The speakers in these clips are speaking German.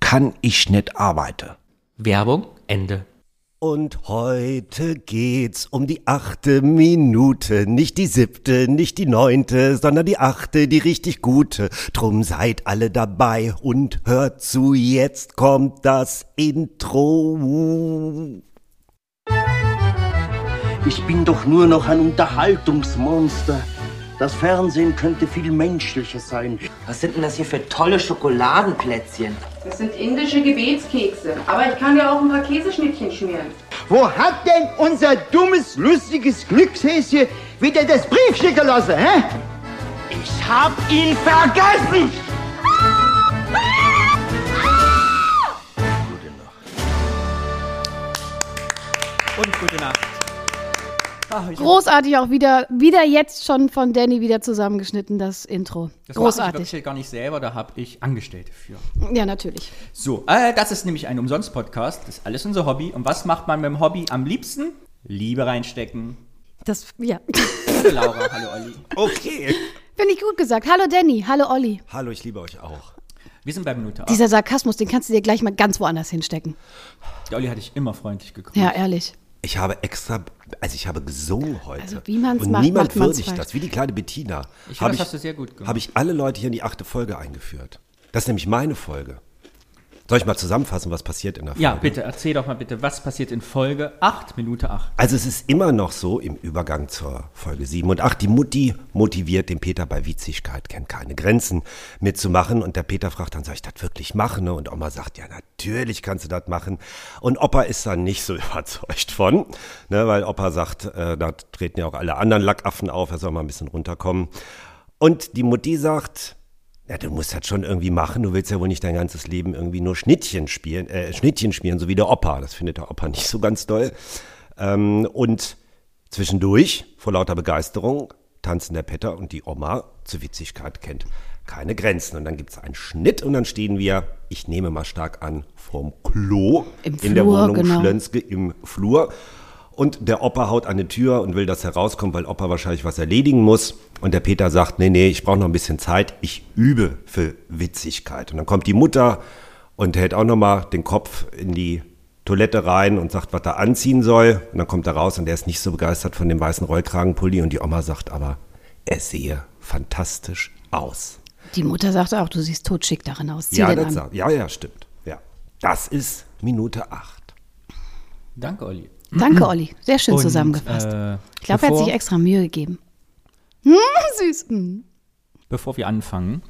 kann ich nicht arbeiten. Werbung, Ende. Und heute geht's um die achte Minute, nicht die siebte, nicht die neunte, sondern die achte, die richtig gute. Drum seid alle dabei und hört zu, jetzt kommt das Intro. Ich bin doch nur noch ein Unterhaltungsmonster. Das Fernsehen könnte viel menschlicher sein. Was sind denn das hier für tolle Schokoladenplätzchen? Das sind indische Gebetskekse. Aber ich kann dir auch ein paar Käseschnittchen schmieren. Wo hat denn unser dummes, lustiges Glückshäschen wieder das Briefchen gelassen, hä? Ich hab ihn vergessen! Und gute Nacht. Großartig auch wieder, wieder jetzt schon von Danny wieder zusammengeschnitten, das Intro. Das Großartig. Ich Großartig. wirklich gar nicht selber, da habe ich Angestellte für. Ja, natürlich. So, äh, das ist nämlich ein Umsonst-Podcast. Das ist alles unser Hobby. Und was macht man mit dem Hobby am liebsten? Liebe reinstecken. Das, ja. Hallo Laura, hallo Olli. Okay. Finde ich gut gesagt. Hallo Danny, hallo Olli. Hallo, ich liebe euch auch. Wir sind bei Minute 8. Dieser Sarkasmus, den kannst du dir gleich mal ganz woanders hinstecken. Der Olli hatte ich immer freundlich gegrüßt. Ja, ehrlich. Ich habe extra, also ich habe gesungen heute. Also wie man's Und macht, niemand macht man's würdigt falsch. das, wie die kleine Bettina. Ich Habe finde, das hast du sehr gut gemacht. Habe ich alle Leute hier in die achte Folge eingeführt. Das ist nämlich meine Folge. Soll ich mal zusammenfassen, was passiert in der Folge? Ja, bitte, erzähl doch mal bitte, was passiert in Folge 8, Minute 8. Also es ist immer noch so im Übergang zur Folge 7 und 8, die Mutti motiviert den Peter bei Witzigkeit, kennt keine Grenzen, mitzumachen. Und der Peter fragt dann, soll ich das wirklich machen? ne? Und Oma sagt, ja, natürlich kannst du das machen. Und Opa ist dann nicht so überzeugt von, ne, weil Opa sagt, äh, da treten ja auch alle anderen Lackaffen auf, er soll mal ein bisschen runterkommen. Und die Mutti sagt, ja, du musst das schon irgendwie machen. Du willst ja wohl nicht dein ganzes Leben irgendwie nur Schnittchen spielen, äh, Schnittchen spielen, so wie der Opa. Das findet der Opa nicht so ganz doll. Ähm, und zwischendurch, vor lauter Begeisterung, tanzen der Peter und die Oma zur Witzigkeit kennt keine Grenzen. Und dann gibt es einen Schnitt und dann stehen wir, ich nehme mal stark an, vorm Klo Im in der Flur, Wohnung genau. Schlönske im Flur. Und der Opa haut an die Tür und will, dass er rauskommt, weil Opa wahrscheinlich was erledigen muss. Und der Peter sagt, nee, nee, ich brauche noch ein bisschen Zeit. Ich übe für Witzigkeit. Und dann kommt die Mutter und hält auch noch mal den Kopf in die Toilette rein und sagt, was er anziehen soll. Und dann kommt er raus und er ist nicht so begeistert von dem weißen Rollkragenpulli. Und die Oma sagt aber, er sehe fantastisch aus. Die Mutter sagte auch, du siehst totschick darin aus. Zieh ja, den das an. sagt, ja, ja, stimmt. Ja. Das ist Minute 8. Danke, Olli. Danke, Olli. Sehr schön Und, zusammengefasst. Äh, ich glaube, er hat bevor- sich extra Mühe gegeben. Hm, süß. Hm. bevor wir anfangen,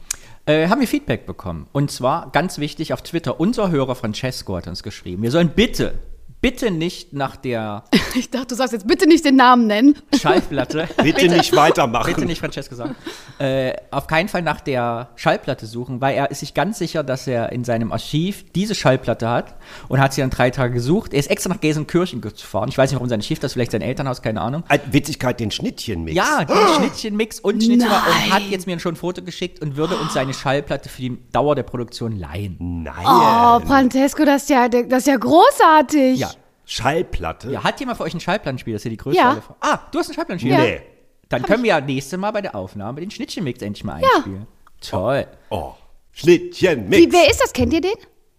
äh, haben wir Feedback bekommen. Und zwar ganz wichtig auf Twitter. Unser Hörer Francesco hat uns geschrieben. Wir sollen bitte, bitte nicht nach der Ich dachte, du sagst jetzt bitte nicht den Namen nennen. Schallplatte. Bitte, nicht weitermachen. Bitte nicht Francesco sagen. Äh, auf keinen Fall nach der Schallplatte suchen, weil er ist sich ganz sicher, dass er in seinem Archiv diese Schallplatte hat und hat sie dann drei Tage gesucht. Er ist extra nach Gelsenkirchen gefahren. Ich weiß nicht, warum sein Schiff das, vielleicht sein Elternhaus, keine Ahnung. Äh, Witzigkeit, den Schnittchenmix. Ja, den Schnittchenmix und Schnittchen Nein. und hat jetzt mir schon ein Foto geschickt und würde uns seine Schallplatte für die Dauer der Produktion Hm. leihen. Nein. Oh, Francesco, das ist ja, das ist ja großartig. Ja. Schallplatte. Ja, hat jemand für euch ein Schallplattenspiel? Das ist ja die größte Ja. aller Fra- Ah, du hast ein Schallplattenspiel? Ja. Nee. Dann können wir ja nächstes Mal bei der Aufnahme den Schnittchenmix endlich mal einspielen. Toll. Oh. Schnittchenmix. Wie, wer ist das? Kennt ihr den?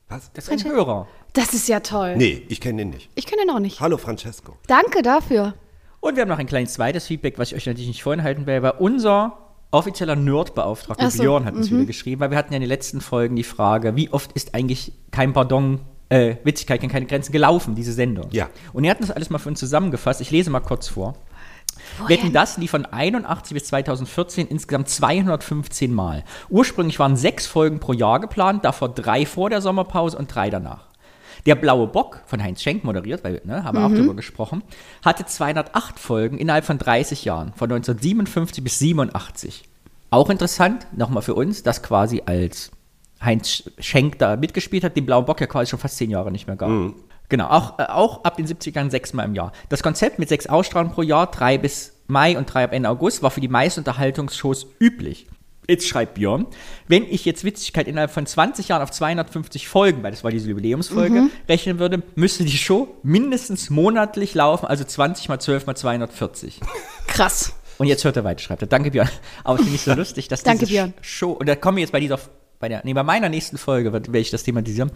Was? Das ist ein Hörer. Das ist ja toll. Nee, ich kenne den nicht. Ich kenne ihn auch nicht. Hallo Francesco. Danke dafür. Und wir haben noch ein kleines zweites Feedback, was ich euch natürlich nicht vorenthalten will, weil unser offizieller Nerd-Beauftragter Ach so, mhm. Björn hat uns wieder geschrieben, weil wir hatten ja in den letzten Folgen die Frage, wie oft ist eigentlich kein Pardon, äh, Witzigkeit kennt keine Grenzen gelaufen, diese Sendung. Ja. Und er hat das alles mal für uns zusammengefasst. Ich lese mal kurz vor. Wetten das lief von 81 bis 2014 insgesamt 215 Mal. Ursprünglich waren sechs Folgen pro Jahr geplant, davon drei vor der Sommerpause und drei danach. Der Blaue Bock von Heinz Schenk moderiert, weil ne, haben wir auch drüber gesprochen, hatte 208 Folgen innerhalb von 30 Jahren, von 1957 bis 87. Auch interessant, nochmal für uns, das quasi als Heinz Schenk da mitgespielt hat, den blauen Bock ja quasi schon fast zehn Jahre nicht mehr gab. Genau, auch, äh, auch ab den 70ern sechsmal im Jahr. Das Konzept mit sechs Ausstrahlungen pro Jahr, drei bis Mai und drei ab Ende August, war für die meisten Unterhaltungsshows üblich. Jetzt schreibt Björn, wenn ich jetzt Witzigkeit innerhalb von 20 Jahren auf 250 Folgen, weil das war diese Jubiläumsfolge, rechnen würde, müsste die Show mindestens monatlich laufen, also 20 mal 12 mal 240. Krass. Und jetzt hört er weiter, schreibt er. Danke, Björn. Aber ich finde es so lustig, dass Danke, diese Sch- Björn. Show, und da kommen wir jetzt bei dieser, bei der, nee, bei meiner nächsten Folge wird- werde ich das thematisieren.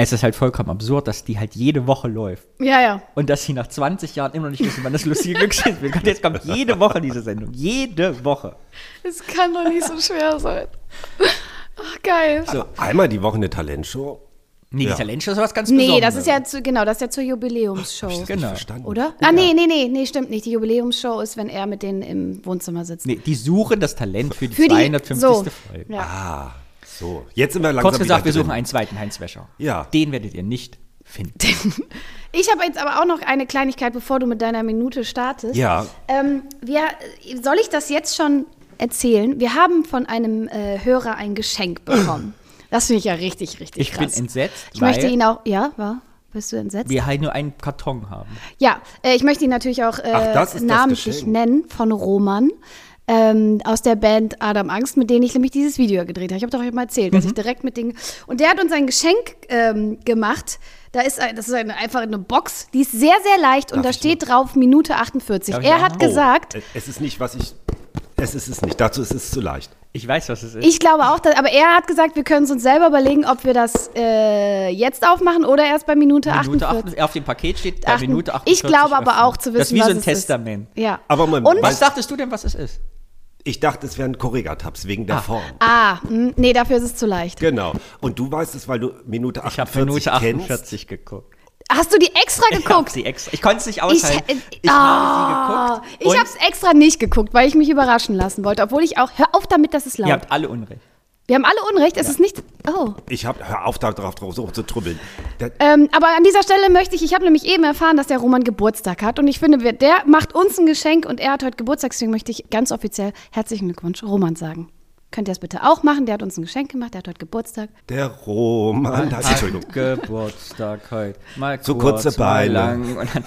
Es ist halt vollkommen absurd, dass die halt jede Woche läuft. Ja, ja. Und dass sie nach 20 Jahren immer noch nicht wissen, wann das lustige Glücksspiel wird. Jetzt kommt jede Woche diese Sendung. Jede Woche. Es kann doch nicht so schwer sein. Ach, geil. Also Einmal die Woche eine Talentshow. Nee, Ja. die Talentshow ist was ganz nee, Besonderes. das ist ja zu, genau, das ist ja zur Jubiläumsshow. Genau. Nicht Genau. verstanden. Oder? Ah, nee, nee, nee, nee, stimmt nicht. Die Jubiläumsshow ist, wenn er mit denen im Wohnzimmer sitzt. Nee, die suchen das Talent für die, Für die 250. so. Folge. Ja. Ah, so. Jetzt sind wir langsam Kurz gesagt, wieder wir suchen drin. einen zweiten Heinz Wäscher. Ja. Den werdet ihr nicht finden. Ich habe jetzt aber auch noch eine Kleinigkeit, bevor du mit deiner Minute startest. Ja. Ähm, wir, soll ich das jetzt schon erzählen? Wir haben von einem äh, Hörer ein Geschenk bekommen. Das finde ich ja richtig, richtig Ich bin krass. entsetzt, Ich möchte weil- ihn auch. Ja, war? Bist du entsetzt? Wir halt nur einen Karton haben. Ja, äh, ich möchte ihn natürlich auch äh, Ach, das ist das namentlich Geschenk. nennen von Roman. Ähm, aus der Band Adam Angst, mit denen ich nämlich dieses Video gedreht habe. Ich habe doch mal erzählt, Mhm. dass ich direkt mit denen. Und der hat uns ein Geschenk ähm, gemacht. Da ist ein, das ist eine, einfach eine Box, die ist sehr, sehr leicht und da steht drauf Minute 48. Darf ich Er auch hat mal? gesagt, Oh, es ist nicht, was ich. Es ist es nicht. Dazu ist es zu leicht. Ich weiß, was es ist. ich glaube auch, dass, aber er hat gesagt, wir können es uns selber überlegen, ob wir das äh, jetzt aufmachen oder erst bei Minute, Minute 48. 48. Auf dem Paket steht bei Minute 48. ich glaube aber öffnen. auch zu wissen, Das ist wie was so ein es Testament. Ist. Ja. Aber Moment, und weil- Was dachtest du denn, was es ist? Ich dachte, es wären Korrigatabs wegen der Form. Ah, mh, nee, dafür ist es zu leicht. Genau. Und du weißt es, weil du Minute 48 Ich habe Minute kennst. 48 geguckt. Hast du die extra Ich hab geguckt? sie extra. Ich konnte es nicht Ich, aushalten. äh, Ich habe ah, sie geguckt. ich und hab's extra nicht geguckt, weil ich mich überraschen lassen wollte, obwohl ich auch. Hör auf damit, das ist laut. Ihr habt alle Unrecht. Wir haben alle Unrecht, es ist nicht. Oh. Ich habe hör auf darauf drauf so zu trübbeln. Da, Ähm, aber an dieser Stelle möchte ich, ich habe nämlich eben erfahren, dass der Roman Geburtstag hat und ich finde, wir- der macht uns ein Geschenk und er hat heute Geburtstag, deswegen möchte ich ganz offiziell herzlichen Glückwunsch Roman sagen. Könnt ihr das bitte auch machen? Der hat uns ein Geschenk gemacht, der hat heute Geburtstag. der Roman. Da, Entschuldigung. Geburtstag heute. Mal So kurze Beine. Und dann,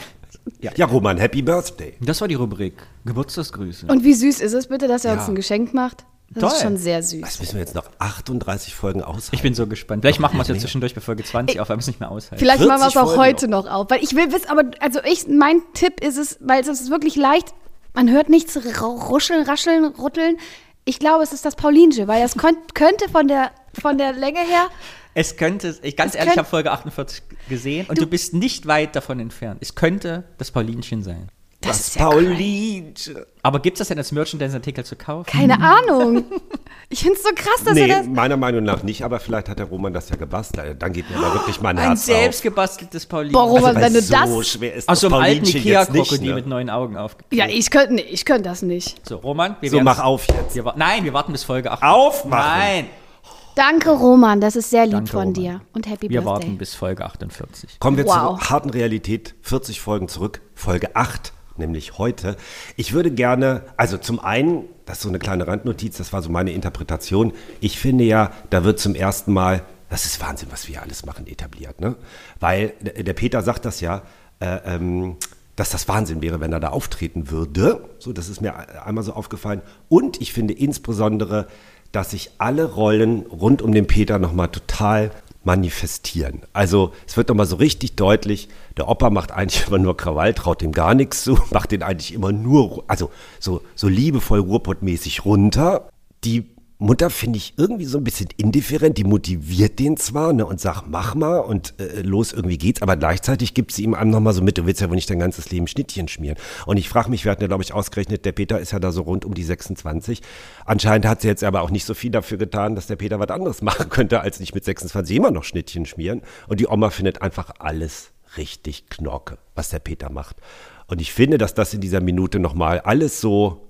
ja. Ja, Roman, Happy Birthday. Das war die Rubrik. Geburtstagsgrüße. Und wie süß ist es bitte, dass er uns ein Geschenk macht? Das ist Toll. schon sehr süß. Das müssen wir jetzt noch 38 Folgen aushalten. ich bin so gespannt. Vielleicht machen wir es ja zwischendurch bei Folge 20 auf, weil wir es nicht mehr aushalten. Vielleicht machen wir es 40 auch Folgen heute noch auf, weil ich will wissen, aber also ich, mein Tipp ist es, weil es ist wirklich leicht, man hört nichts ra- ruscheln, rascheln, rütteln. Ich glaube, es ist das Paulinsche, weil das kon- könnte von der, von der Länge her, Es könnte, ich ganz Es ehrlich, ich könnt- habe Folge 48 gesehen und du, bist nicht weit davon entfernt. Es könnte das Paulinchen sein. das ist ja Paulinchen. Aber gibt es das denn als Merchandise-Artikel zu kaufen? keine Ahnung. Ich finde es so krass, dass Nee, er das... meiner Meinung nach nicht, aber vielleicht hat der Roman das ja gebastelt. Dann geht mir aber wirklich mein Ein Herz auf. selbstgebasteltes Paulinchen. Boah, Roman, Weil wenn du so das- schwer ist Aus so das einem Also alten Paulinchen Also jetzt nicht, Ikea-Krokodil ne? mit neuen Augen auf. Ja, ich könnte nee, ich könnte das nicht. So, Roman, wir So, werden's- mach auf jetzt. Wir wa- Nein, wir warten bis Folge 8. Aufmachen! Nein! Danke, Roman, das ist sehr lieb Danke, von Roman. dir. Und Happy Wir Birthday. warten bis Folge 48. Kommen wir Wow. zur harten Realität, 40 Folgen zurück, Folge 8, nämlich heute. Ich würde gerne, also zum einen, das ist so eine kleine Randnotiz, das war so meine Interpretation. Ich finde ja, da wird zum ersten Mal, das ist Wahnsinn, was wir hier alles machen, etabliert, ne? Weil äh, der der Peter sagt das ja, äh, ähm, dass das Wahnsinn wäre, wenn er da auftreten würde. So, das ist mir einmal so aufgefallen. Und ich finde insbesondere, dass sich alle Rollen rund um den Peter nochmal total manifestieren. Also es wird nochmal so richtig deutlich, der Opa macht eigentlich immer nur Krawall, traut dem gar nichts zu, macht den eigentlich immer nur, ru- also so, so liebevoll Ruhrpottmäßig runter. Die Mutter finde ich irgendwie so ein bisschen indifferent, die motiviert den zwar ne, und sagt, mach mal und äh, los, irgendwie geht's, aber gleichzeitig gibt sie ihm einem nochmal so mit, du willst ja wohl nicht dein ganzes Leben Schnittchen schmieren. Und ich frage mich, wir hatten ja, glaube ich, ausgerechnet, der Peter ist ja da so rund um die 26. Anscheinend hat sie jetzt aber auch nicht so viel dafür getan, dass der Peter was anderes machen könnte, als nicht mit 26 immer noch Schnittchen schmieren. Und die Oma findet einfach alles richtig knorke, was der Peter macht. Und ich finde, dass das in dieser Minute nochmal alles so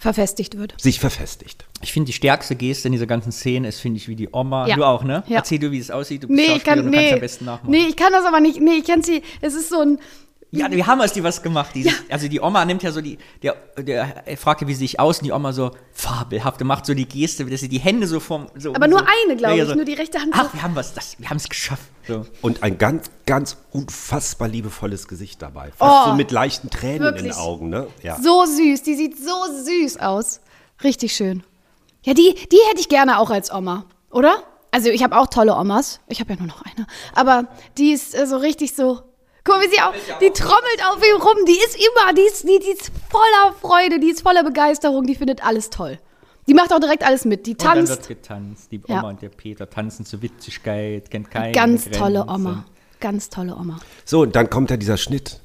Verfestigt wird. sich verfestigt. Ich finde, die stärkste Geste in dieser ganzen Szene ist, finde ich, wie die Oma. Ja. Du auch, ne? Ja. Erzähl du, wie es aussieht. Du bist Nee, ich kann, Schauspielerin, du kannst nee, am besten nachmachen. nee, ich kann das aber nicht. Nee, ich kann sie. Es ist so ein Ja, wir haben aus die was gemacht. Dieses, Also die Oma nimmt ja so die, der, der fragte, wie sie sich aus, und die Oma so fabelhaft und macht so die Geste, dass sie die Hände so vom. So, Aber nur so, eine, glaube Ja, ich, so, nur die rechte Hand. Ach, wir haben was, das, wir haben es geschafft. So. Und ein ganz, ganz unfassbar liebevolles Gesicht dabei. Fast Oh, so mit leichten Tränen in wirklich. den Augen, ne? Ja. So süß, die sieht so süß aus. Richtig schön. Ja, die, die hätte ich gerne auch als Oma, oder? Also ich habe auch tolle Omas. Ich habe ja nur noch eine. Aber die ist äh, so richtig so. Guck mal, wie sie auch. Die trommelt auf ihm rum. Die ist immer, die ist, die, die ist voller Freude, die ist voller Begeisterung, die findet alles toll. Die macht auch direkt alles mit. Die Und dann wird tanzt. getanzt. Die Oma Ja. und der Peter tanzen zur Witzigkeit, kennt keine Ganz tolle Grenzen. Oma. Ganz tolle Oma. So, und dann kommt ja dieser Schnitt.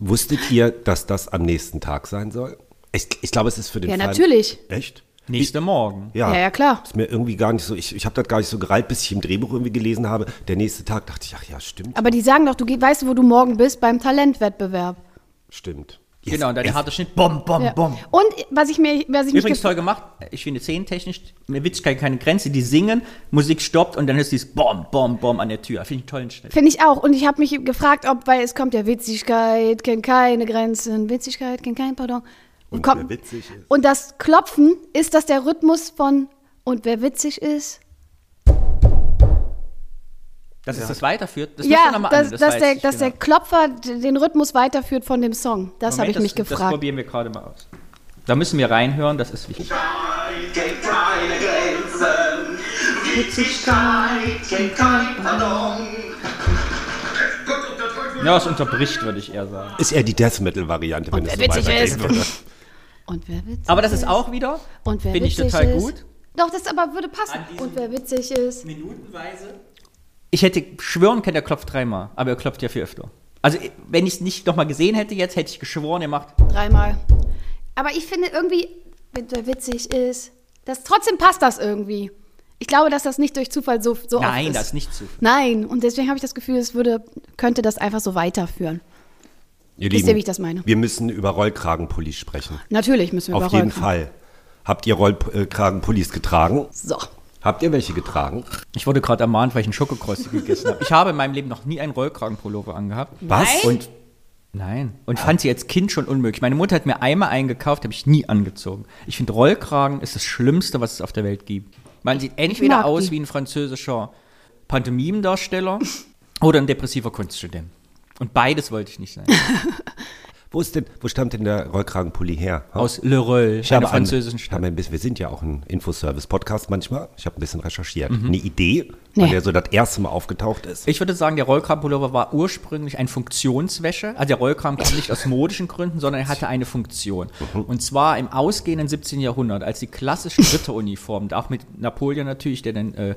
Wusstet ihr, dass das am nächsten Tag sein soll? Ich, ich glaube, es ist für den Ja, Fall. natürlich. Echt? Nächster Morgen. Ja. Ja, ja, klar. Ist mir irgendwie gar nicht so, ich, ich habe das gar nicht so gereilt, bis ich im Drehbuch irgendwie gelesen habe. Der nächste Tag dachte ich, ach ja, stimmt, Aber die sagen doch, du geh- weißt, wo du morgen bist beim Talentwettbewerb. stimmt. Genau, und dann der harte Schnitt. Bom, bom, Ja. bom. Und was ich mir, was ich mich Übrigens gef- toll gemacht. Ich finde szenentechnisch, mit Witzigkeit keine Grenze. Die singen, Musik stoppt und dann ist dieses Bom, bom, bom an der Tür. Finde ich einen tollen Schnitt. Finde ich auch. Und ich habe mich gefragt, ob, weil es kommt ja Witzigkeit, kennt keine Grenzen, Witzigkeit, kennt kein Pardon. Und, wer witzig ist. und das Klopfen, ist das der Rhythmus von und wer witzig ist? Dass es das weiterführt, das müsst ihr ja, noch mal dass, an, dass, weiß der, ich, dass genau. der Klopfer d- den Rhythmus weiterführt von dem Song. Das habe Moment, ich mich das, Das gefragt. probieren wir gerade mal aus. Da müssen wir reinhören, das ist wichtig. kennt keine Grenzen. Witzigkeit kennt kein Pardon. Ja, es unterbricht, würde ich eher sagen. Ist eher die Death Metal-Variante, wenn es so witzig weitergeht. ist. Und wer witzig Aber das ist auch wieder, und wer finde ich witzig total ist. gut. Doch, das aber würde passen. An diesem- Und wer witzig ist. Minutenweise. Ich hätte schwören können, er klopft dreimal, aber er klopft ja viel öfter. Also, wenn ich es nicht nochmal gesehen hätte jetzt, hätte ich geschworen, er macht. Dreimal. Aber ich finde irgendwie, wenn der witzig ist, das, trotzdem passt das irgendwie. Ich glaube, dass das nicht durch Zufall so, so Nein, oft ist. das ist nicht zu. viel. Nein, und deswegen habe ich das Gefühl, es würde, könnte das einfach so weiterführen. Ihr Wisst ihr, Lieben, wie ich das meine? Wir müssen über Rollkragenpullis sprechen. Natürlich müssen wir Auf über jeden Rollkragen- Fall. Habt ihr Rollkragenpullis getragen? So. Habt ihr welche getragen? Ich wurde gerade ermahnt, weil ich einen Schokokreuze gegessen habe. Ich habe in meinem Leben noch nie einen Rollkragenpullover angehabt. Was? Und Nein. Und fand sie als Kind schon unmöglich. Meine Mutter hat mir einmal einen gekauft, habe ich nie angezogen. Ich finde, Rollkragen ist das Schlimmste, was es auf der Welt gibt. Man sieht entweder mag aus die. wie ein französischer Pantomimendarsteller oder ein depressiver Kunststudent. Und beides wollte ich nicht sein. wo, ist denn, wo stammt denn der Rollkragenpulli her? Ha? Aus Le Roll, Ich einer habe ein, französischen ich habe Stadt. ein bisschen, wir sind ja auch ein Infoservice-Podcast manchmal. Ich habe ein bisschen recherchiert. Mhm. Eine Idee, weil Nee. der so das erste Mal aufgetaucht ist. Ich würde sagen, der Rollkragenpullover war ursprünglich ein Funktionswäsche. Also der Rollkragen kam nicht aus modischen Gründen, sondern er hatte eine Funktion. Und zwar im ausgehenden 17. Jahrhundert, als die klassischen Ritteruniformen, auch mit Napoleon natürlich, der dann äh,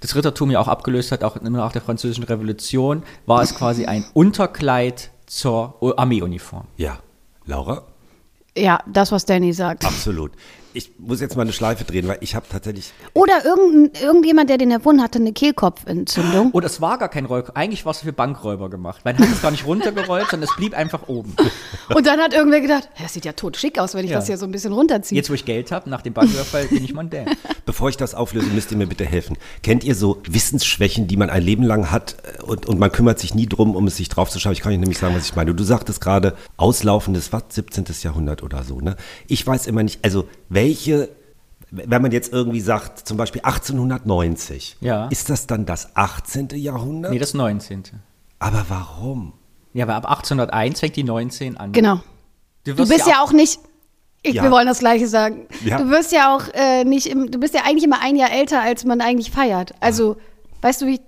das Rittertum ja auch abgelöst hat, auch immer nach der Französischen Revolution, war es quasi ein Unterkleid zur U- Armeeuniform. Ja, Laura? Ja, das, was Danny sagt. Absolut. Ich muss jetzt mal eine Schleife drehen, weil ich habe tatsächlich Oder irgendein, irgendjemand, der den erfunden hatte, eine Kehlkopfentzündung. Und es war gar kein Rollkragen. Eigentlich war es für Bankräuber gemacht. Man hat es gar nicht runtergerollt, sondern es blieb einfach oben. Und dann hat irgendwer gedacht, "Hä, das sieht ja totschick aus, wenn ich Ja. das hier so ein bisschen runterziehe. Jetzt, wo ich Geld habe, nach dem Banküberfall bin ich Mondän. Bevor ich das auflöse, müsst ihr mir bitte helfen. Kennt ihr so Wissensschwächen, die man ein Leben lang hat äh, und, und man kümmert sich nie drum, um es sich draufzuschreiben? Ich kann euch nämlich sagen, was ich meine. Du sagtest gerade, auslaufendes, was, 17. Jahrhundert oder so, ne? Ich weiß immer nicht, also welche, wenn man jetzt irgendwie sagt, zum Beispiel 1890, Ja. ist das dann das 18. Jahrhundert? Nee, das 19. Aber warum? Ja, aber ab 1801 fängt die 19 an. Genau. Du wirst bist ja auch nicht. Ich, Ja. Wir wollen das Gleiche sagen. Ja. Du wirst ja auch äh, nicht. Im, du bist ja eigentlich immer ein Jahr älter, als man eigentlich feiert. Also, weißt du, wie,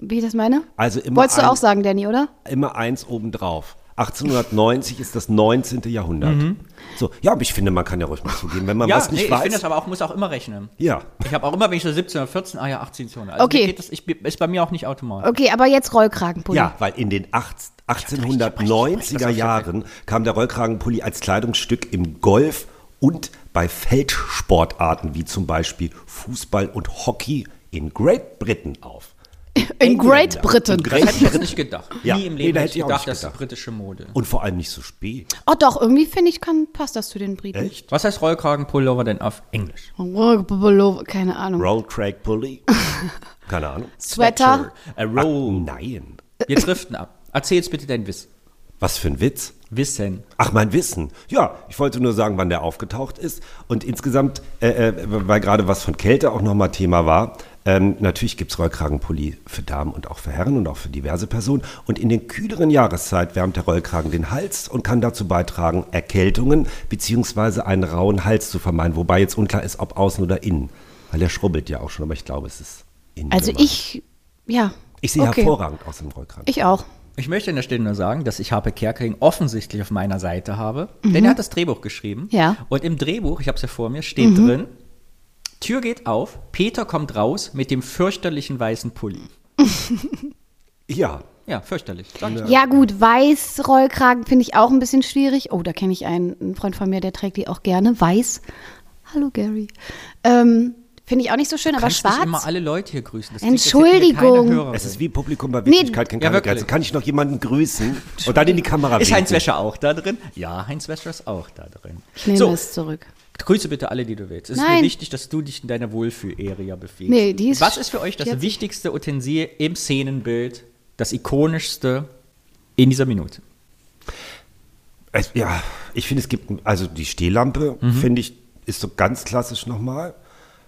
wie ich das meine? Hm. Also immer Wolltest du ein- auch sagen, Danny, oder? Immer eins obendrauf. 1890 ist das 19. Jahrhundert. So, ja, aber ich finde, man kann ja ruhig mal zugeben, wenn man Mhm. Ja, was nee, nicht ich finde weiß. das aber auch, muss auch immer rechnen. ja. Ich habe auch immer, wenn ich so 17 oder 14, ah ja, 18 Zone. Also Okay. mir Geht das, ich, ist bei mir auch nicht automatisch. Okay, aber jetzt Rollkragenpulli. Ja, weil in den acht- 1890er Jahren kam der Rollkragenpulli als Kleidungsstück im Golf und bei Feldsportarten wie zum Beispiel Fußball und Hockey in Great Britain auf. In Engländer. Great Britain. In Das hätte ich Great jetzt Britain. nicht gedacht. Ja, Nie im nee, Leben da hätte ich hätte ich auch gedacht, nicht das ist gedacht. britische Mode. Und vor allem nicht so spät. Oh doch, irgendwie finde ich, kann, passt das zu den Briten. Echt? Was heißt Rollkragenpullover denn auf Englisch? Rollkragenpulli, Keine Ahnung. Rollkragenpulli? Keine Ahnung. Äh, Sweater. A roll. Nein. Wir driften ab. Erzähl jetzt bitte dein Wissen. Was für ein Witz. Wissen. Ach, mein Wissen. Ja, ich wollte nur sagen, wann der aufgetaucht ist. Und insgesamt, äh, äh, weil gerade was von Kälte auch nochmal Thema war, ähm, natürlich gibt es Rollkragenpulli für Damen und auch für Herren und auch für diverse Personen. Und in den kühleren Jahreszeit wärmt der Rollkragen den Hals und kann dazu beitragen, Erkältungen bzw. einen rauen Hals zu vermeiden. Wobei jetzt unklar ist, ob außen oder innen. Weil der schrubbelt ja auch schon, aber ich glaube, es ist innen. Also gemacht. ich, ja. Ich sehe okay. hervorragend aus dem Rollkragen. Ich auch. Ich möchte an der Stelle nur sagen, dass ich Harpe Kerkeling offensichtlich auf meiner Seite habe, denn er hat das Drehbuch geschrieben. Mhm. Ja. Mhm. Und im Drehbuch, ich habe es ja vor mir, steht drin: Tür geht auf, Peter kommt raus mit dem fürchterlichen weißen Pulli. ja. Ja, fürchterlich. Sag ich. Ja, gut, weiß Rollkragen finde ich auch ein bisschen schwierig. Oh, da kenne ich einen, einen Freund von mir, der trägt die auch gerne. Weiß. Hallo, Gary. Ähm, finde ich auch nicht so schön, aber Kannst nicht immer schwarz. alle Leute hier grüßen. Das Entschuldigung. Es ist wie Publikum bei Nee, Wirklichkeit kennt ja, keine wirklich. Grenzen. Kann ich noch jemanden grüßen und dann in die Kamera ist halt Heinz winken? Wäscher auch da drin? Ja, Heinz Wäscher ist auch da drin. Ich nehme so, es zurück. grüße bitte alle, die du willst. Es ist mir Nein. wichtig, dass du dich in deiner Wohlfühl-Area befindest. Nee, die ist- Was ist für euch die das hat- wichtigste Utensil im Szenenbild, das ikonischste in dieser Minute? Es, ja, ich finde, es gibt, also die Stehlampe, Mhm. finde ich, ist so ganz klassisch nochmal.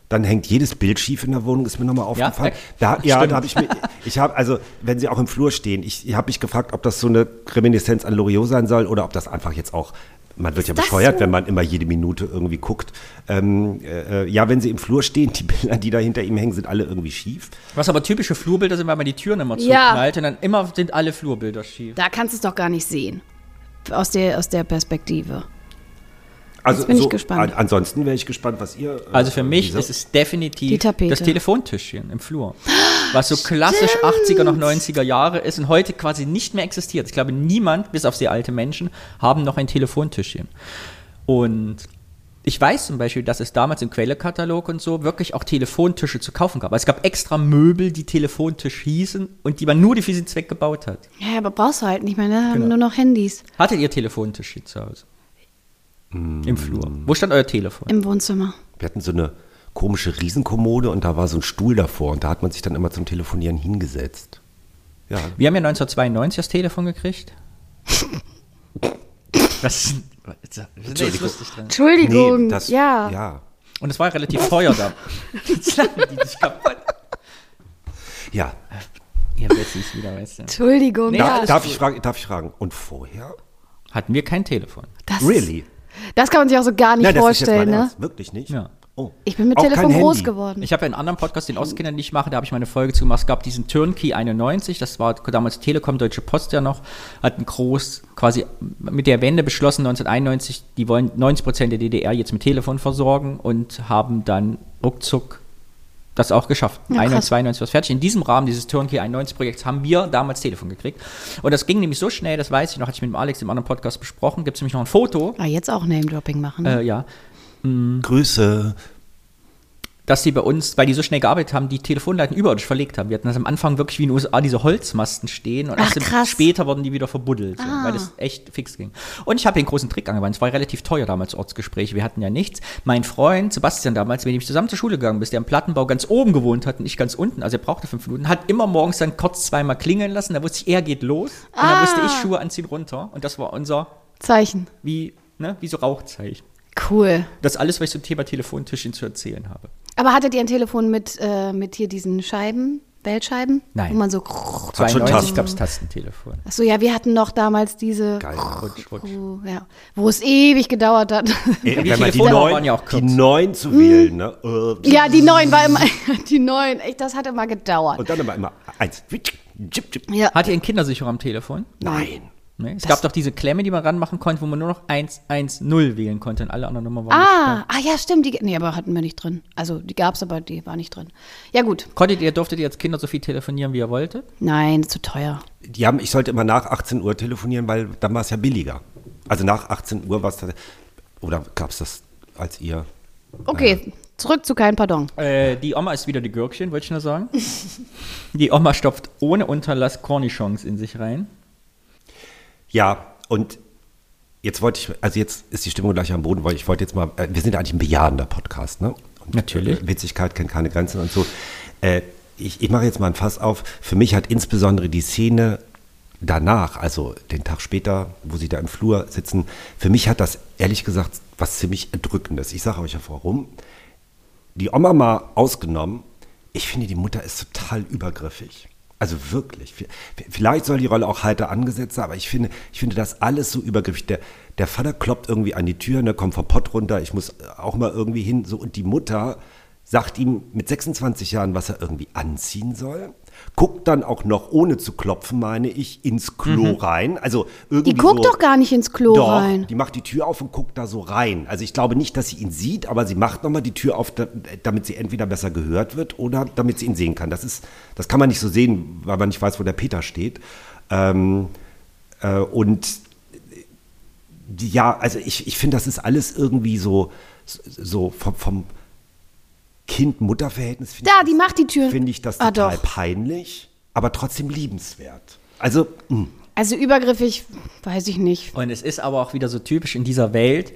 Dann hängt jedes Bild schief in der Wohnung, ist mir nochmal Ja, aufgefallen. äh, Ja, da, ja, stimmt. da habe ich mir, ich habe, also, wenn sie auch im Flur stehen, ich, ich habe mich gefragt, ob das so eine Reminiszenz an Loriot sein soll oder ob das einfach jetzt auch, man wird ja das bescheuert, so? wenn man immer jede Minute irgendwie guckt. Ähm, äh, äh, ja, wenn sie im Flur stehen, die Bilder, die da hinter ihm hängen, sind alle irgendwie schief. Was aber typische Flurbilder sind, weil man die Türen immer Ja. zuknallt und dann immer sind alle Flurbilder schief. Da kannst du es doch gar nicht sehen. Aus der, aus der Perspektive. Also, Jetzt bin ich gespannt. An, ansonsten wäre ich gespannt, was ihr. äh, Also für mich diese- ist es definitiv Die Tapete. das Telefontischchen im Flur. Was so klassisch 80er noch 90er Jahre ist und heute quasi nicht mehr existiert. Ich glaube, niemand, bis auf sehr alte Menschen, haben noch ein Telefontischchen. Und ich weiß zum Beispiel, dass es damals im Quellekatalog und so wirklich auch Telefontische zu kaufen gab. Also Es gab extra Möbel, die Telefontisch hießen und die man nur für diesen Zweck gebaut hat. Ja, aber brauchst du halt nicht mehr, ne? Genau. Haben nur noch Handys Hattet ihr Telefontisch hier zu Hause? Im Flur. Wo stand euer Telefon? im Wohnzimmer. Wir hatten so eine komische Riesenkommode und da war so ein Stuhl davor und da hat man sich dann immer zum Telefonieren hingesetzt. Ja. Wir haben ja 1992 das Telefon gekriegt. Das, das ist lustig dran. Entschuldigung. Äh, das, ja. ja. Und es war relativ teuer da. Jetzt lachen die dich kaputt. Ja. Ja, Betsy wieder, weißt du. Entschuldigung. Nee, ja. Da, alles darf, gut. ich fragen, darf ich fragen? Und vorher? Hatten wir kein Telefon. Das, Really? das kann man sich auch so gar nicht Nein, das ist jetzt vorstellen, mein ne? Ernst. Wirklich nicht? Ja. Oh. Ich bin mit Auch Telefon kein groß Handy. geworden. Ich habe ja einen anderen Podcast, den Ostkindern, die ich mache, da habe ich meine Folge zu gemacht. Es gab diesen Turnkey 91, das war damals Telekom, Deutsche Post ja noch, hatten groß quasi mit der Wende beschlossen 1991, die wollen 90 Prozent der DDR jetzt mit Telefon versorgen und haben dann ruckzuck das auch geschafft. Ja, 91, krass. 92 war es fertig. In diesem Rahmen dieses Turnkey 91-Projekts haben wir damals Telefon gekriegt. Und das ging nämlich so schnell, das weiß ich noch, hatte ich mit dem Alex im anderen Podcast besprochen, gibt es nämlich noch ein Foto, Ah, jetzt auch Name-Dropping machen. ne? äh, ja, Grüße. dass die bei uns, weil die so schnell gearbeitet haben, die Telefonleiten überirdisch verlegt haben. Wir hatten das am Anfang wirklich wie in den USA, diese Holzmasten stehen und Ach, erst im- krass. Ah. später wurden die wieder verbuddelt, so, weil das echt fix ging. Und ich habe den großen Trick angewandt. Es war relativ teuer damals, Ortsgespräche. Wir hatten ja nichts. Mein Freund, Sebastian damals, mit dem ich zusammen zur Schule gegangen bin, der im Plattenbau ganz oben gewohnt hat und ich ganz unten, also er brauchte fünf Minuten, hat immer morgens dann kurz zweimal klingeln lassen. Da wusste ich, er geht los. Und dann musste Ah. ich Schuhe anziehen runter. Und das war unser, Zeichen. wie, ne, wie so Rauchzeichen. Cool. Das alles, was ich zum Thema Telefontischchen zu erzählen habe. Aber hattet ihr ein Telefon mit, äh, mit hier diesen Scheiben, Weltscheiben? Nein. Wo man so. Hat schon 92 Tasten. gab es Tastentelefon. Achso, ja, wir hatten noch damals diese. Geil. Rutsch, rutsch. Oh, ja, wo es ewig gedauert hat. Äh, die wenn man die Telefonnummern neun, waren ja auch die kurz. neun zu Mhm. wählen, ne? Äh, ja, die neuen war immer. Die neuen, echt, das hat immer gedauert. Und dann aber immer eins. Jip, jip. Ja. Hat ihr einen Kindersicherer am Telefon? Nein. Nee. Es gab doch diese Klemme, die man ranmachen konnte, wo man nur noch 110 wählen konnte und alle anderen Nummern waren nicht Ah, da. ah, ja, stimmt. Die, nee, aber hatten wir nicht drin. Also, die gab's, aber die war nicht drin. Ja, gut. Konntet ihr, durftet ihr als Kinder so viel telefonieren, wie ihr wolltet? Nein, zu teuer. Die haben, ich sollte immer nach 18 Uhr telefonieren, weil dann war es ja billiger. Also nach 18 Uhr war es tatsächlich. Oder gab es das als ihr? Okay, Äh. zurück zu kein Pardon. Äh, die Oma ist wieder die Gürkchen, wollte ich nur sagen. die Oma stopft ohne Unterlass Cornichons in sich rein. Ja, und jetzt wollte ich, also jetzt ist die Stimmung gleich am Boden, weil ich wollte jetzt mal, äh, wir sind eigentlich ein bejahender Podcast, ne? Und Natürlich. äh, Witzigkeit kennt keine Grenzen und so. Äh, ich ich mache jetzt mal ein Fass auf. Für mich hat insbesondere die Szene danach, also den Tag später, wo sie da im Flur sitzen, für mich hat das ehrlich gesagt was ziemlich Erdrückendes. Ich sage euch ja warum. Die Oma mal ausgenommen, ich finde, die Mutter ist total übergriffig. Also wirklich. Vielleicht soll die Rolle auch heiter angesetzt sein, aber ich finde, ich finde das alles so übergriffig. Der, der Vater kloppt irgendwie an die Tür, ne, kommt vom Pott runter, ich muss äh, auch mal irgendwie hin. So, und die Mutter sagt ihm mit 26 Jahren, was er irgendwie anziehen soll. Guckt dann auch noch, ohne zu klopfen, meine ich, ins Klo rein. Also irgendwie Mhm. Die guckt so, doch gar nicht ins Klo doch, rein. Die macht die Tür auf und guckt da so rein. Also ich glaube nicht, dass sie ihn sieht, aber sie macht nochmal die Tür auf, da- damit sie entweder besser gehört wird oder damit sie ihn sehen kann. Das ist, das kann man nicht so sehen, weil man nicht weiß, wo der Peter steht. Ähm, äh, und die- ja, also ich, ich finde, das ist alles irgendwie so, so vom, vom Kind-Mutter-Verhältnis. finde Da, ich die macht die Tür. finde ich das Ah, total doch. peinlich, aber trotzdem liebenswert. Also, mh. Also übergriffig, weiß ich nicht. Und es ist aber auch wieder so typisch in dieser Welt,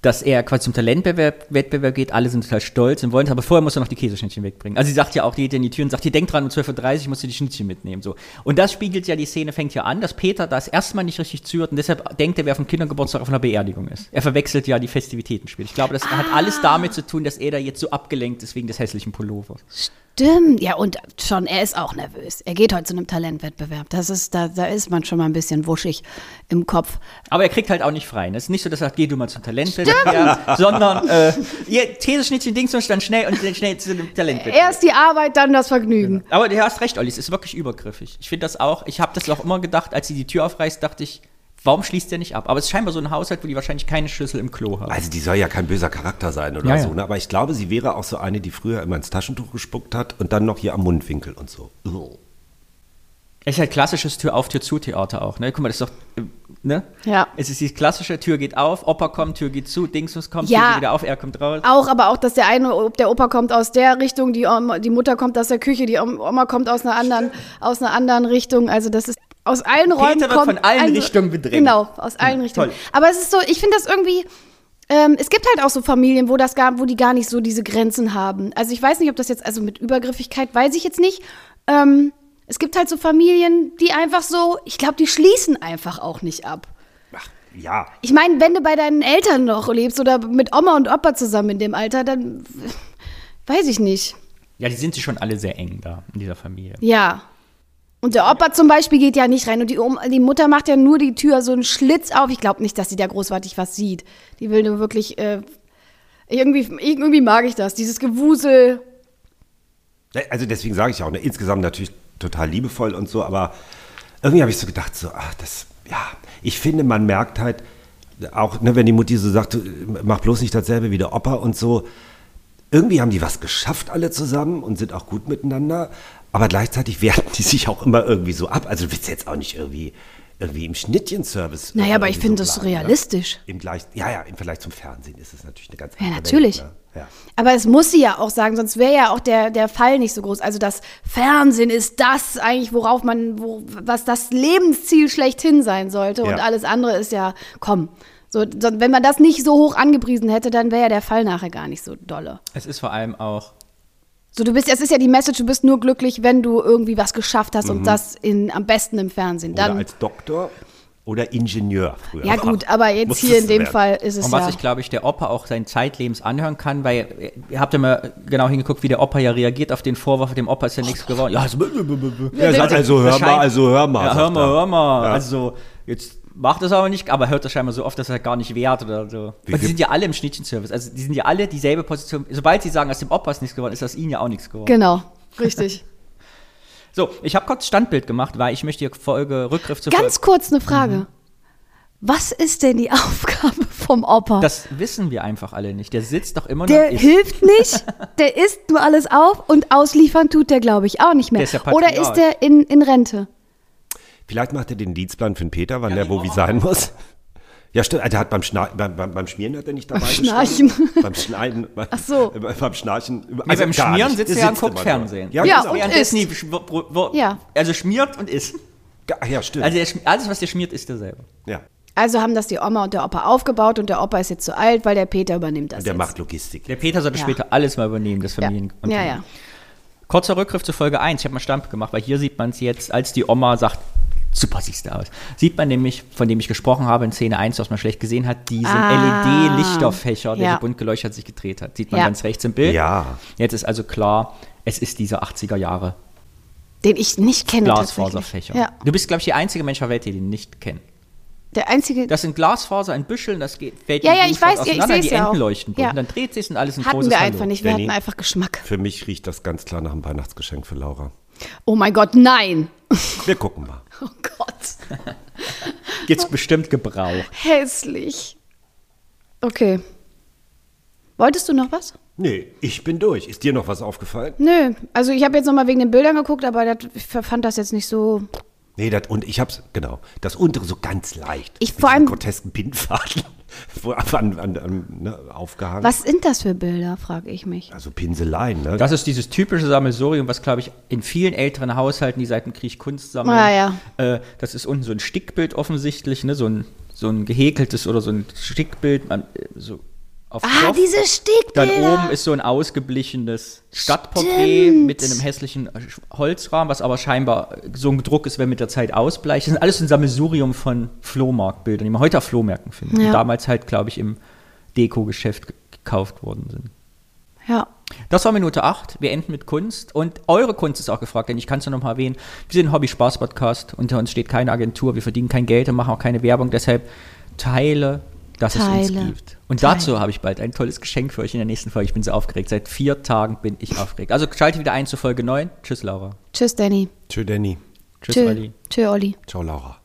dass er quasi zum Talentwettbewerb Wettbewerb geht, alle sind total stolz und wollen es, aber vorher muss er noch die Käseschnittchen wegbringen. Also sie sagt ja auch, die geht in die Tür und sagt, die denkt dran, um 12.30 Uhr musst du die Schnittchen mitnehmen. So. Und das spiegelt ja, die Szene fängt ja an, dass Peter das erstmal nicht richtig zuhört und deshalb denkt er, wer auf dem Kindergeburtstag auf einer Beerdigung ist. Er verwechselt ja die Festivitäten später. Ich glaube, das hat alles damit zu tun, dass er da jetzt so abgelenkt ist wegen des hässlichen Pullovers. Stimmt. Ja, und schon, er ist auch nervös. Er geht heute zu einem Talentwettbewerb. Das ist, da, da ist man schon mal ein bisschen wuschig im Kopf. Aber er kriegt halt auch nicht frei. ne? Es ist nicht so, dass er sagt, geh du mal zum Talentwettbewerb, sondern äh, ihr Käseschnittchen, Dings und dann schnell und dann schnell zu dem Talentwettbewerb. Erst die Arbeit, dann das Vergnügen. Aber du hast recht, Olli, es ist wirklich übergriffig. Ich finde das auch, ich habe das auch immer gedacht, als sie die Tür aufreißt, dachte ich, warum schließt der nicht ab? Aber es ist scheinbar so ein Haushalt, wo die wahrscheinlich keine Schlüssel im Klo haben. also die soll ja kein böser Charakter sein oder Ja, ja. so, ne? aber ich glaube, sie wäre auch so eine, die früher immer ins Taschentuch gespuckt hat und dann noch hier am Mundwinkel und so. Ugh. Es ist halt klassisches Tür-auf-Tür-zu-Theater auch, ne? Guck mal, das ist doch, äh, ne? Ja. Es ist die klassische Tür geht auf, Opa kommt, Tür geht zu, Dingsmus kommt, Ja. Tür geht wieder auf, er kommt raus. Auch, aber auch, dass der eine, ob der Opa kommt aus der Richtung, die, Oma, die Mutter kommt aus der Küche, die Om- Oma kommt aus einer anderen, aus einer anderen Richtung. Also das ist aus allen Räumen wird kommt von allen ein- Richtungen bedrängt. Hm, Genau, aus allen Richtungen. toll. Aber es ist so, ich finde das irgendwie. Ähm, es gibt halt auch so Familien, wo das gar, wo die gar nicht so diese Grenzen haben. Also ich weiß nicht, ob das jetzt also mit Übergriffigkeit weiß ich jetzt nicht. Ähm, es gibt halt so Familien, die einfach so, ich glaube, die schließen einfach auch nicht ab. Ja, Ich meine, wenn du bei deinen Eltern noch lebst oder mit Oma und Opa zusammen in dem Alter, dann weiß ich nicht. Ja, die sind sich schon alle sehr eng da in dieser Familie. Ja. Und der Opa zum Beispiel geht ja nicht rein und die, Oma, die Mutter macht ja nur die Tür so einen Schlitz auf. Ich glaube nicht, dass sie da großartig was sieht. Die will nur wirklich. Äh, irgendwie, irgendwie mag ich das, dieses Gewusel. also deswegen sage ich auch, ne? insgesamt natürlich total liebevoll und so, aber irgendwie habe ich so gedacht, so, ach, das, ja, ich finde, man merkt halt, auch ne, wenn die Mutti so sagt, mach bloß nicht dasselbe wie der Opa und so, irgendwie haben die was geschafft alle zusammen und sind auch gut miteinander, aber gleichzeitig werten die sich auch immer irgendwie so ab. Also du willst jetzt auch nicht irgendwie, irgendwie im Schnittchen-Service. Naja, äh, aber ich irgendwie finde das bleiben, ne? realistisch. Im Gleich, ja, ja, im Vergleich zum Fernsehen ist es natürlich eine ganz Ja, andere natürlich. Welt, ne? ja. Aber es muss sie ja auch sagen, sonst wäre ja auch der, der Fall nicht so groß. Also das Fernsehen ist das eigentlich, worauf man, wo, was das Lebensziel schlechthin sein sollte. Und Ja. alles andere ist ja, komm. So, so, wenn man das nicht so hoch angepriesen hätte, dann wäre ja der Fall nachher gar nicht so dolle. Es ist vor allem auch So, du bist, es ist ja die Message, du bist nur glücklich, wenn du irgendwie was geschafft hast und das in, am besten im Fernsehen. Oder Dann, als Doktor oder Ingenieur früher. ja gut, aber jetzt Musstest hier in du dem werden. Fall ist es Und was ja. ich, glaube ich, der Opa auch sein Zeitlebens anhören kann, weil äh, ihr habt ja mal genau hingeguckt, wie der Opa ja reagiert auf den Vorwurf, dem Opa ist ja nichts geworden. Ja, also, Ja, sagt also, hör das scheint- mal, also hör mal. Ja, hör sagt mal, er. hör mal. Ja. Also jetzt macht das aber nicht, aber hört das scheinbar so oft, dass er gar nicht wert oder so. Wie Und die viel- sind ja alle im Schnittchenservice. Also die sind ja alle dieselbe Position. Sobald sie sagen, aus dem Opa ist nichts geworden, ist aus ihnen ja auch nichts geworden. Genau, richtig. so, ich habe kurz Standbild gemacht, weil ich möchte die Folge Rückgriff zu Ganz kurz eine Frage. Mhm. Was ist denn die Aufgabe vom Opa? Das wissen wir einfach alle nicht. Der sitzt doch immer der noch. ist- hilft nicht, der isst nur alles auf und ausliefern tut der, glaube ich, auch nicht mehr. Der ist ja Patriarch. Oder ist der in, in Rente? Vielleicht macht er den Dienstplan für den Peter, wann genau. der wo wie sein muss. Ja, stimmt. Der hat beim, Schna beim, beim, beim Schmieren hat er nicht dabei Schnarchen. gestanden. Beim Schneiden. Ach so. Beim Schnarchen. Also Nee, beim gar Schmieren nicht. sitzt er ja und immer guckt nur. Fernsehen. Ja, Ja, genau. und- ja. Währenddessen isst. die schw- bro- bro- Ja. Also schmiert und isst. ja, stimmt. Also er schm- alles, was der schmiert, isst er selber. ja. Also haben das die Oma und der Opa aufgebaut und der Opa ist jetzt zu alt, weil der Peter übernimmt das. Der jetzt. macht Logistik. Der Peter sollte Ja. später alles mal übernehmen, das ja. Familien. ja, ja. Kurzer Rückgriff zu Folge 1. Ich habe mal Stamp gemacht, weil hier sieht man es jetzt, als die Oma sagt, Super siehst du aus. Sieht man nämlich, von dem ich gesprochen habe, in Szene 1, was man schlecht gesehen hat, diesen Ah. LED-Lichterfächer, der Ja. so bunt geleuchtet sich gedreht hat. Sieht man Ja. ganz rechts im Bild. Ja. Jetzt ist also klar, es ist dieser 80er Jahre Den ich nicht kenne. tatsächlich. Glasfaserfächer. Ja. Du bist, glaube ich, der einzige Mensch der Welt, der den nicht kennt. Der einzige. Das sind Glasfaser in Büscheln, das geht, fällt Ja, in ja, Blut ich weiß, fast ja, ich auseinander, seh's die ja Enden auch. leuchten durch. Ja. Und dann dreht sich und alles ein hatten großes wir Hallo. einfach nicht. Wir Benny. hatten einfach Geschmack. Für mich riecht das ganz klar nach einem Weihnachtsgeschenk für Laura. Oh mein Gott, nein. Wir gucken mal. Oh Gott. Gibt's bestimmt Gebrauch. Hässlich. Okay. Wolltest du noch was? Nee, ich bin durch. Ist dir noch was aufgefallen? Nö. Also ich habe jetzt nochmal wegen den Bildern geguckt, aber das, ich fand das jetzt nicht so. Nee, das, und ich hab's, genau, das untere so ganz leicht. Ich Mit vor diesem allem- grotesken Pinnfaden wo, an, an, an, ne, aufgehangen. Was sind das für Bilder, frage ich mich. Also Pinseleien, ne? Das ist dieses typische Sammelsurium, was, glaube ich, in vielen älteren Haushalten, die seit dem Krieg Kunst sammeln, Ah, ja. äh, das ist unten so ein Stickbild offensichtlich, ne? so, ein, so ein gehäkeltes oder so ein Stickbild. Man, äh, so auf Ah, Stoff. diese Stickbilder. Dann oben ist so ein ausgeblichenes Stadtporträt Stimmt. mit einem hässlichen äh, Sch- Holzrahmen, was aber scheinbar äh, so ein Druck ist, wenn mit der Zeit ausbleicht. Das ist alles so ein Sammelsurium von Flohmarktbildern, die man heute auf Flohmärkten findet. Ja. Und damals halt, glaube ich, im Deko-Geschäft ge- gekauft worden sind. Ja. Das war Minute 8. Wir enden mit Kunst. Und eure Kunst ist auch gefragt, denn ich kann es ja nochmal erwähnen. Wir sind ein Hobby-Spaß-Podcast. Unter uns steht keine Agentur. Wir verdienen kein Geld und machen auch keine Werbung. Deshalb teile, dass es Teile. uns gibt. Und Teile. dazu habe ich bald ein tolles Geschenk für euch in der nächsten Folge. Ich bin so aufgeregt. Seit vier Tagen bin ich aufgeregt. Also schalte wieder ein zu Folge 9. Tschüss, Laura. Tschüss, Danny. Tschö, Danny. Tschüss, Tschö. Olli. Tschö, Olli. Ciao, Laura.